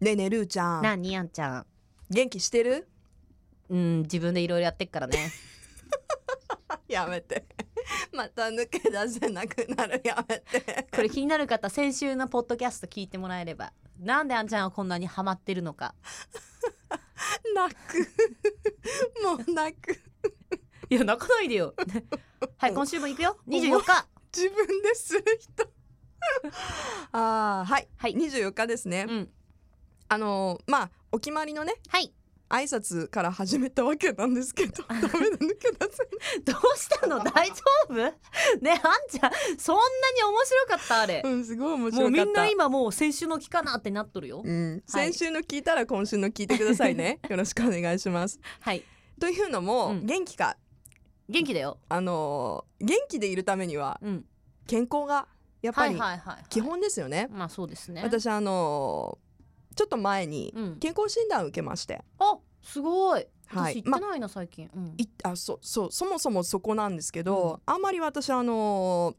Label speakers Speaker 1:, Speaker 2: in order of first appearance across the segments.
Speaker 1: ねえねえルーちゃ
Speaker 2: なんあにやんちゃん
Speaker 1: 元気してる
Speaker 2: うん自分でいろいろやってっからね
Speaker 1: やめて また抜け出せなくなるやめて
Speaker 2: これ気になる方先週のポッドキャスト聞いてもらえればなんであんちゃんはこんなにハマってる のか
Speaker 1: 泣く もう泣く
Speaker 2: いや泣かないでよ はい今週も行くよ24日
Speaker 1: 自分でする人 ああはい、
Speaker 2: はい
Speaker 1: 24日ですね、
Speaker 2: うん
Speaker 1: あのーまあお決まりのね
Speaker 2: はい
Speaker 1: 挨拶から始めたわけなんですけ どダメだ抜け出せ
Speaker 2: どうし たの大丈夫ねえあんちゃんそんなに面白かったあれ
Speaker 1: ないうんすごい面
Speaker 2: もう
Speaker 1: 白
Speaker 2: み
Speaker 1: かった
Speaker 2: んな今もう先週の期かなってなっとるよ
Speaker 1: うん、先週の聞いたら今週の聞いてください ねよろしくお願いします
Speaker 2: はい
Speaker 1: というのも、
Speaker 2: うん
Speaker 1: 元気か
Speaker 2: 元気だよ
Speaker 1: あのー元気でいるためには
Speaker 2: うん
Speaker 1: 健康がやっぱ
Speaker 2: はい
Speaker 1: り
Speaker 2: はいはいはい
Speaker 1: 基本ですよね、
Speaker 2: まあそうですね
Speaker 1: 私あのーちょっと前に
Speaker 2: うん
Speaker 1: 健康診断を受けまして、
Speaker 2: あすごい
Speaker 1: は
Speaker 2: 私
Speaker 1: い
Speaker 2: 行ってないな最近うん
Speaker 1: いあそうそうそもそもそこなんですけど、あんまり私あのー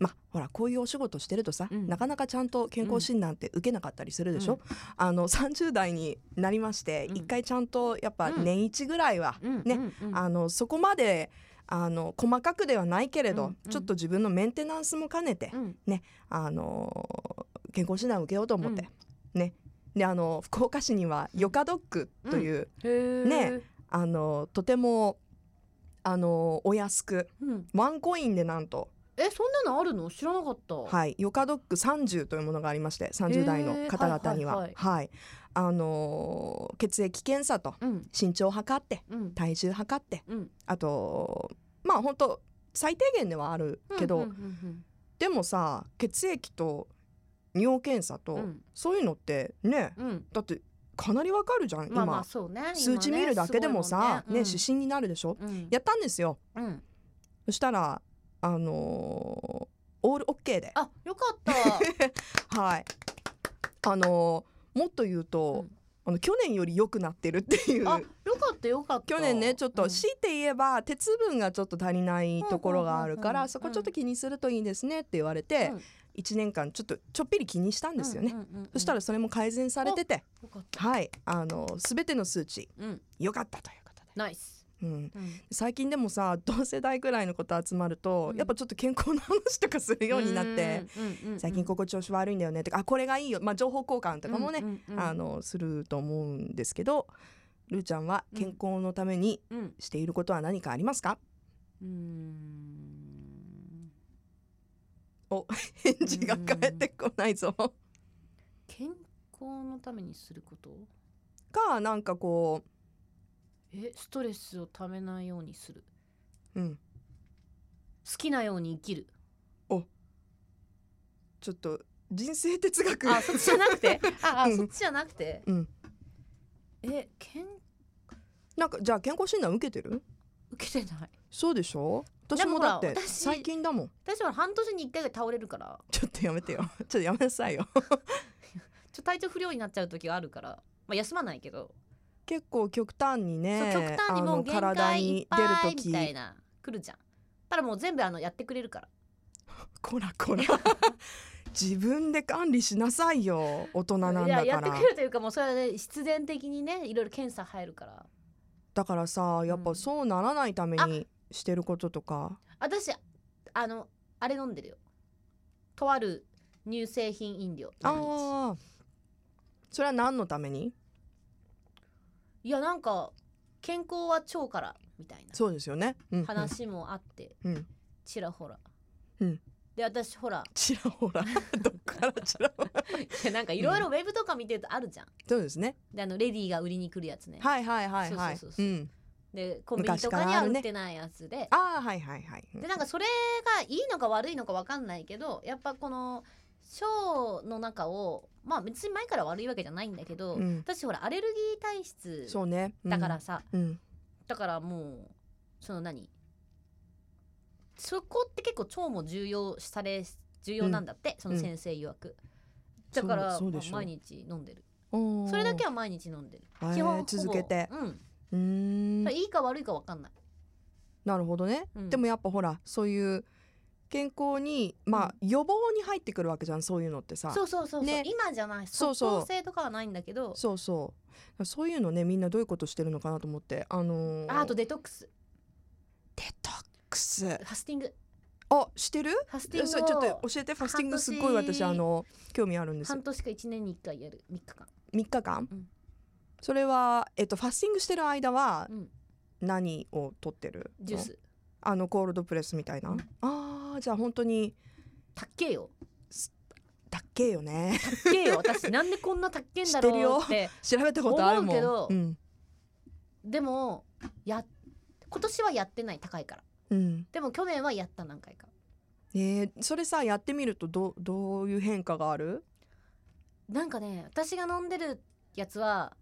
Speaker 1: まほらこういうお仕事してるとさ、
Speaker 2: うん
Speaker 1: なかなかちゃんと健康診断って受けなかったりするでしょ、あの30代になりまして
Speaker 2: うん
Speaker 1: 一、回ちゃんとやっぱ
Speaker 2: うん
Speaker 1: 年一ぐらいは、
Speaker 2: うん
Speaker 1: ね
Speaker 2: うんうん
Speaker 1: あのそこまであの細かくではないけれど、
Speaker 2: うんうん
Speaker 1: ちょっと自分のメンテナンスも兼ねて、
Speaker 2: うん
Speaker 1: あのー健康診断を受けようと思って、ねであの福岡市にはヨカドッグという、
Speaker 2: へー
Speaker 1: ねあのとてもあのお安く
Speaker 2: うん
Speaker 1: ワンコインでなんと、
Speaker 2: えそんなのあるの知らなかった
Speaker 1: はい、ヨカドッグ30というものがありまして30代の方々には、
Speaker 2: はいはい
Speaker 1: あのー血液検査と
Speaker 2: うん
Speaker 1: 身長測って
Speaker 2: うん
Speaker 1: 体重測って
Speaker 2: うん
Speaker 1: あとまあ本当最低限ではあるけど、
Speaker 2: うんうん
Speaker 1: でもさ血液と尿検査と、
Speaker 2: うんうん
Speaker 1: そういうのってね
Speaker 2: うんうん
Speaker 1: だってかなりわかるじゃん、
Speaker 2: まあ
Speaker 1: 今、
Speaker 2: まあそうね
Speaker 1: 数値見るだけでもさね指針になるでしょ、
Speaker 2: 針
Speaker 1: やったんですよ
Speaker 2: うん
Speaker 1: そしたらあのーオールオッケーで
Speaker 2: あよかっ た
Speaker 1: はいあのーもっと言うと、
Speaker 2: うん
Speaker 1: あの去年より良くなってるっていう
Speaker 2: あよかったよかった
Speaker 1: 去年ねちょっ
Speaker 2: う
Speaker 1: と
Speaker 2: ん
Speaker 1: 強いて言えば鉄分がちょっと足りないところがあるか
Speaker 2: うんうんうんう
Speaker 1: ら
Speaker 2: ん
Speaker 1: そこちょっと気にするといいですねって言われて
Speaker 2: うん
Speaker 1: 1年間ちょっとちょっぴり気にしたんですよね
Speaker 2: うんうんうんうん
Speaker 1: そしたらそれも改善されてて
Speaker 2: よかった
Speaker 1: はいあのー全ての数値
Speaker 2: うん
Speaker 1: 良かったということ
Speaker 2: ナイス
Speaker 1: で、うん、
Speaker 2: うん
Speaker 1: 最近でもさ 同世代くらいのこと集まると、
Speaker 2: うん
Speaker 1: やっぱちょっと健康の話とかするようになって、
Speaker 2: うんうんうんうん
Speaker 1: 最近ここ調子悪いんだよねとかあこれがいいよ、まあ、情報交換とかもね、
Speaker 2: うんうんうん
Speaker 1: あのすると思うんですけどルーちゃんは健康のために
Speaker 2: うん
Speaker 1: していることは何かありますか、
Speaker 2: うーん
Speaker 1: 返事が返ってこない ぞ。
Speaker 2: 健康のためにすること
Speaker 1: かなんかこ
Speaker 2: えストレスをためないようにする
Speaker 1: う、うん、
Speaker 2: 好きなように生きる
Speaker 1: ちょっと人生哲学
Speaker 2: あそっちじゃなくてああ
Speaker 1: うん
Speaker 2: そっちじゃなくて
Speaker 1: うん
Speaker 2: え健
Speaker 1: なんかじゃあ健康診断受けてる
Speaker 2: 受けてない
Speaker 1: そうでしょ私
Speaker 2: でも
Speaker 1: も
Speaker 2: ほら
Speaker 1: だって
Speaker 2: 私
Speaker 1: 最近だもん
Speaker 2: 私は半年に一回が倒れるから
Speaker 1: ちょっとやめてよちょっとやめなさいよ
Speaker 2: ちょ体調不良になっちゃう時があるから、まあ、休まないけど、
Speaker 1: 結構極端にね
Speaker 2: そう極端にも
Speaker 1: あ
Speaker 2: う
Speaker 1: の
Speaker 2: 限
Speaker 1: 体
Speaker 2: 界いっ
Speaker 1: に
Speaker 2: ぱ
Speaker 1: 出る
Speaker 2: いみたい
Speaker 1: 時
Speaker 2: な来るじゃんただもう全部あのやってくれるから
Speaker 1: こらこら 自分で管理しなさいよ大人なんだ
Speaker 2: い
Speaker 1: か
Speaker 2: ややって
Speaker 1: ら
Speaker 2: くれるというかもうそれは、ね、必然的にねいろいろ検査入るから
Speaker 1: だからさやっ
Speaker 2: う
Speaker 1: ぱ
Speaker 2: ん
Speaker 1: そうならないためにしてることとか
Speaker 2: 私あのあれ飲んでるよとある乳製品飲料
Speaker 1: あ
Speaker 2: 毎日
Speaker 1: あーそれは何のために
Speaker 2: いやなんか健康は腸からみたいな
Speaker 1: そうですよね、うんうん、
Speaker 2: 話もあって
Speaker 1: うん
Speaker 2: ちらほら、
Speaker 1: うん
Speaker 2: で私 ほら
Speaker 1: ちらほらどっからちらほら
Speaker 2: いやなんかいろいろウェブとか見てるとあるじゃん、
Speaker 1: そうですね
Speaker 2: であのレディーが売りに来るやつね、
Speaker 1: はいはいはいはい
Speaker 2: そうそうそうそう
Speaker 1: うん
Speaker 2: でコンビニとかには売ってないやつで、
Speaker 1: ああはいはいはい
Speaker 2: でなんかそれがいいのか悪いのかわかんないけどやっぱこの腸の中をまあ別に前から悪いわけじゃないんだけど、
Speaker 1: うん
Speaker 2: 私ほらアレルギー体質
Speaker 1: そうねうん
Speaker 2: だからさ、
Speaker 1: うん
Speaker 2: だからもうその何そこって結構腸も重要され重要なんだって、その先生曰く、だから
Speaker 1: そうそう
Speaker 2: ま
Speaker 1: で
Speaker 2: あ
Speaker 1: しょう
Speaker 2: 毎日飲んでる
Speaker 1: おー
Speaker 2: それだけは毎日飲んでる
Speaker 1: へー
Speaker 2: 基本ほぼ
Speaker 1: 続けて
Speaker 2: うん
Speaker 1: うーん
Speaker 2: いいか悪いかわかんない、
Speaker 1: なるほどね、
Speaker 2: うん
Speaker 1: でもやっぱほらそういう健康にまあ予防に入ってくるわけじゃんそういうのってさ
Speaker 2: そうそうそうそう、
Speaker 1: ね
Speaker 2: 今じゃない
Speaker 1: そう
Speaker 2: 即
Speaker 1: そう
Speaker 2: 効性とかはないんだけど
Speaker 1: そうそうそういうのねみんなどういうことしてるのかなと思ってあのー
Speaker 2: ああとデトックス
Speaker 1: デトックス
Speaker 2: ファスティング
Speaker 1: あしてる
Speaker 2: ファスティ
Speaker 1: えそれ
Speaker 2: ン
Speaker 1: ち
Speaker 2: グ
Speaker 1: ょっ
Speaker 2: を
Speaker 1: と教えてファスティング
Speaker 2: 半年
Speaker 1: すっごい私あの興味あるんです
Speaker 2: 半年か1年に1回やる3日間
Speaker 1: 3日間、
Speaker 2: うん
Speaker 1: それは、えっと、ファスティングしてる間は
Speaker 2: うん
Speaker 1: 何を取ってるの
Speaker 2: ジュース
Speaker 1: あのコールドプレスみたいな、
Speaker 2: うん
Speaker 1: あーじゃあ本当に
Speaker 2: たっけえよ
Speaker 1: だっけえよね
Speaker 2: たっけえよ私なんでこんなたっけえんだろう
Speaker 1: 知
Speaker 2: っ
Speaker 1: って調べたことあるもん
Speaker 2: 思うけど
Speaker 1: うん
Speaker 2: でもや今年はやってない高いから
Speaker 1: うん
Speaker 2: でも去年はやった何回か
Speaker 1: ねえそれさやってみるとどうどういう変化がある
Speaker 2: なんかね私が飲んでるやつは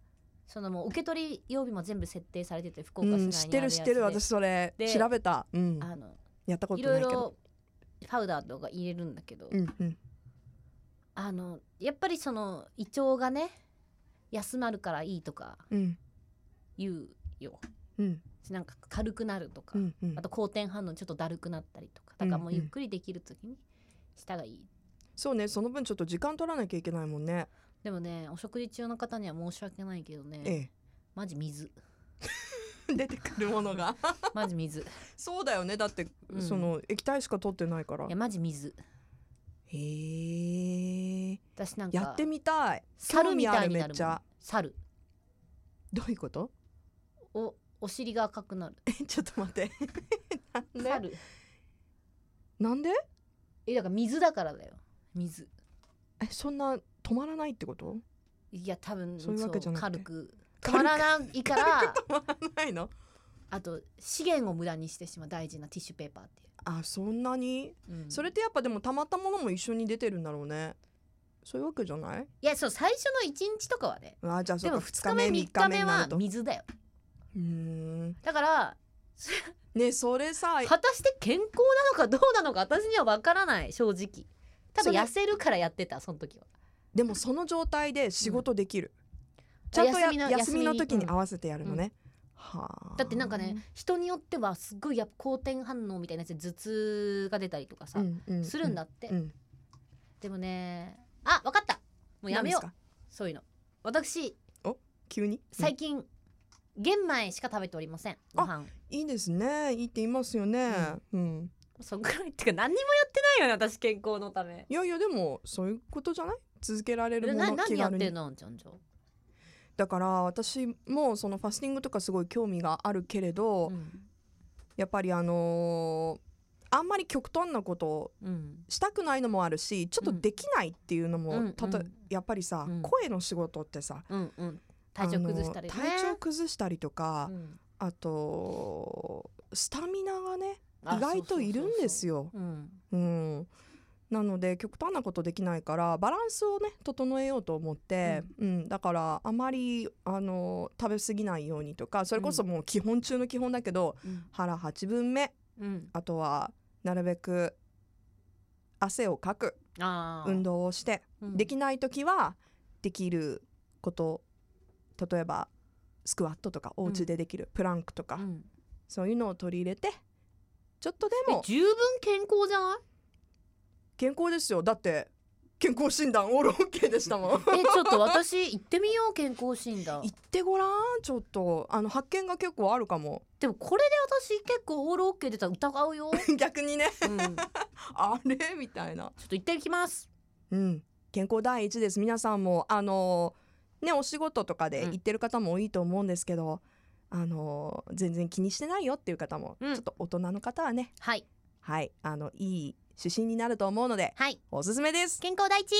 Speaker 2: そのもう受け取り曜日も全部設定されてて福岡市
Speaker 1: う
Speaker 2: 内にある
Speaker 1: ん、
Speaker 2: やつ
Speaker 1: 知
Speaker 2: で
Speaker 1: ってる知ってる私それ
Speaker 2: で
Speaker 1: 調べた、うん、
Speaker 2: あの
Speaker 1: やったこ
Speaker 2: い
Speaker 1: と
Speaker 2: ろ
Speaker 1: ないいけど
Speaker 2: ろパウダーとか入れるんだけど、
Speaker 1: うんうん
Speaker 2: あのやっぱりその胃腸がね休まるからいいとか
Speaker 1: うん
Speaker 2: 言うよ
Speaker 1: うん
Speaker 2: なんか軽くなるとか、
Speaker 1: うんうん
Speaker 2: あと好転反応ちょっとだるくなったりとかだからもう
Speaker 1: うんう
Speaker 2: ゆ
Speaker 1: ん
Speaker 2: っくりできる時にしたがいい
Speaker 1: そうねその分ちょっと時間取らなきゃいけないもんね、
Speaker 2: でもねお食事中の方には申し訳ないけどね、
Speaker 1: え
Speaker 2: マジ水
Speaker 1: え 出てくるもの が
Speaker 2: マジ 水い
Speaker 1: そうだよねだって、
Speaker 2: うん
Speaker 1: その液体しか取ってないから
Speaker 2: やマジ水
Speaker 1: へえ
Speaker 2: 私なんか
Speaker 1: やってみたい
Speaker 2: 猿みたい
Speaker 1: 興
Speaker 2: に
Speaker 1: 味ある
Speaker 2: なる
Speaker 1: めっ
Speaker 2: も
Speaker 1: ちゃ
Speaker 2: ん猿
Speaker 1: どういうこと
Speaker 2: おお尻が赤くなる
Speaker 1: えちょっと待ってなんで
Speaker 2: 猿
Speaker 1: なんで
Speaker 2: えだから水だからだよ水
Speaker 1: えそんな止まらないって こと
Speaker 2: いや多分
Speaker 1: そういうわけじゃなくて
Speaker 2: 軽く
Speaker 1: 軽く
Speaker 2: 止まらないから
Speaker 1: 止まらないの
Speaker 2: あと資源を無駄にしてしまう大事なティッシュペーパーってい
Speaker 1: あそんなに
Speaker 2: う、うん
Speaker 1: それってやっぱでもたまったものも一緒に出てるんだろうねそういうわけじゃない
Speaker 2: いやそう最初の1日とかはね
Speaker 1: あじゃあそ
Speaker 2: で
Speaker 1: っか
Speaker 2: も
Speaker 1: 2日目
Speaker 2: 2日目
Speaker 1: 3
Speaker 2: 3
Speaker 1: 日目
Speaker 2: 日目
Speaker 1: にな
Speaker 2: は
Speaker 1: るとう
Speaker 2: 水だよ
Speaker 1: ーん
Speaker 2: だから
Speaker 1: ねそれさ
Speaker 2: 果たして健康なのかどうなのか私には分からない正直多分
Speaker 1: それ
Speaker 2: 痩せるからやってたその時は
Speaker 1: でもその状態で仕事できる、
Speaker 2: ん
Speaker 1: ちゃんとや
Speaker 2: あ
Speaker 1: 休
Speaker 2: 休
Speaker 1: み
Speaker 2: み
Speaker 1: の
Speaker 2: の
Speaker 1: 時に合わせてやるのね、はあ
Speaker 2: だってなんかね、人によってはすごいやっぱ好転反応みたいなやつで頭痛が出たりとかさ、
Speaker 1: うんう
Speaker 2: するんだって、
Speaker 1: うん
Speaker 2: でもねあ分かったもうやめよ
Speaker 1: 何です
Speaker 2: う
Speaker 1: か
Speaker 2: そういうの私
Speaker 1: 急に
Speaker 2: 最近、玄米しか食べておりませんご飯
Speaker 1: うんいいですねいいって言いますよね、うん
Speaker 2: そんくらいってか何にもやってないよね私健康のため
Speaker 1: いやいやでもそういうことじゃない続けられるも
Speaker 2: な
Speaker 1: の
Speaker 2: 何
Speaker 1: 気
Speaker 2: や
Speaker 1: 軽
Speaker 2: って
Speaker 1: に
Speaker 2: んのじゃんじゃん、
Speaker 1: だから私もそのファスティングとかすごい興味があるけれど、
Speaker 2: うん
Speaker 1: やっぱりあのーあんまり極端なことを
Speaker 2: うん、
Speaker 1: したくないのもあるしちょっとできないっていうのも、
Speaker 2: うん
Speaker 1: たと
Speaker 2: うん
Speaker 1: やっぱりさ、
Speaker 2: うん
Speaker 1: 声の仕事ってさ
Speaker 2: うんうん体調崩したりね
Speaker 1: あの体調崩したりとか、
Speaker 2: うん
Speaker 1: あとスタミナがね
Speaker 2: あ
Speaker 1: 意外といるんですよ。
Speaker 2: そうそうそうそううん
Speaker 1: うんなので極端なことできないからバランスをね整えようと思って、うんだからあまりあの食べ過ぎないようにとかそれこそもう基本中の基本だけど、
Speaker 2: うん
Speaker 1: 腹8分目
Speaker 2: うん
Speaker 1: あとはなるべく汗をかく
Speaker 2: あー
Speaker 1: 運動をして
Speaker 2: うん
Speaker 1: できない時はできること例えばスクワットとかお家でできる、プランクとか、
Speaker 2: うん
Speaker 1: そういうのを取り入れてちょっとで
Speaker 2: え
Speaker 1: も
Speaker 2: 十分健康じ ゃない
Speaker 1: 健康ですよだって健康診断オールオッケーでしたもん
Speaker 2: えちょっと私行ってみよう健康診断
Speaker 1: 行ってごらんちょっとあの発見が結構あるかも
Speaker 2: でもこれで私結構オールオッケー出たら疑う よ、うん、ち
Speaker 1: 逆にね
Speaker 2: ょっ
Speaker 1: あれみたいな
Speaker 2: と行ってきます
Speaker 1: うん健康第一です皆さんもあのねお仕事とかで行ってる方も多いと思うんですけど、あの全然気にしてないよっていう方も、
Speaker 2: うん
Speaker 1: ちょっと大人の方はね
Speaker 2: はい
Speaker 1: はい、あのいい指針になると思うので
Speaker 2: はい
Speaker 1: おすすめです。
Speaker 2: 健康第一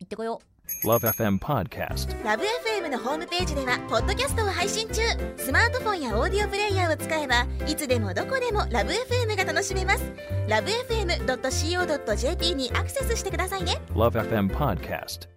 Speaker 2: 行ってこよう
Speaker 3: Love FM Podcast.
Speaker 4: ラブ f m のホームページではポッドキャストを配信中スマートフォンやオーディオプレイヤーを使えばいつでもどこでもラブ f m が楽しめますラブ FM.co.jp にアクセスしてくださいね
Speaker 3: Love FM Podcast.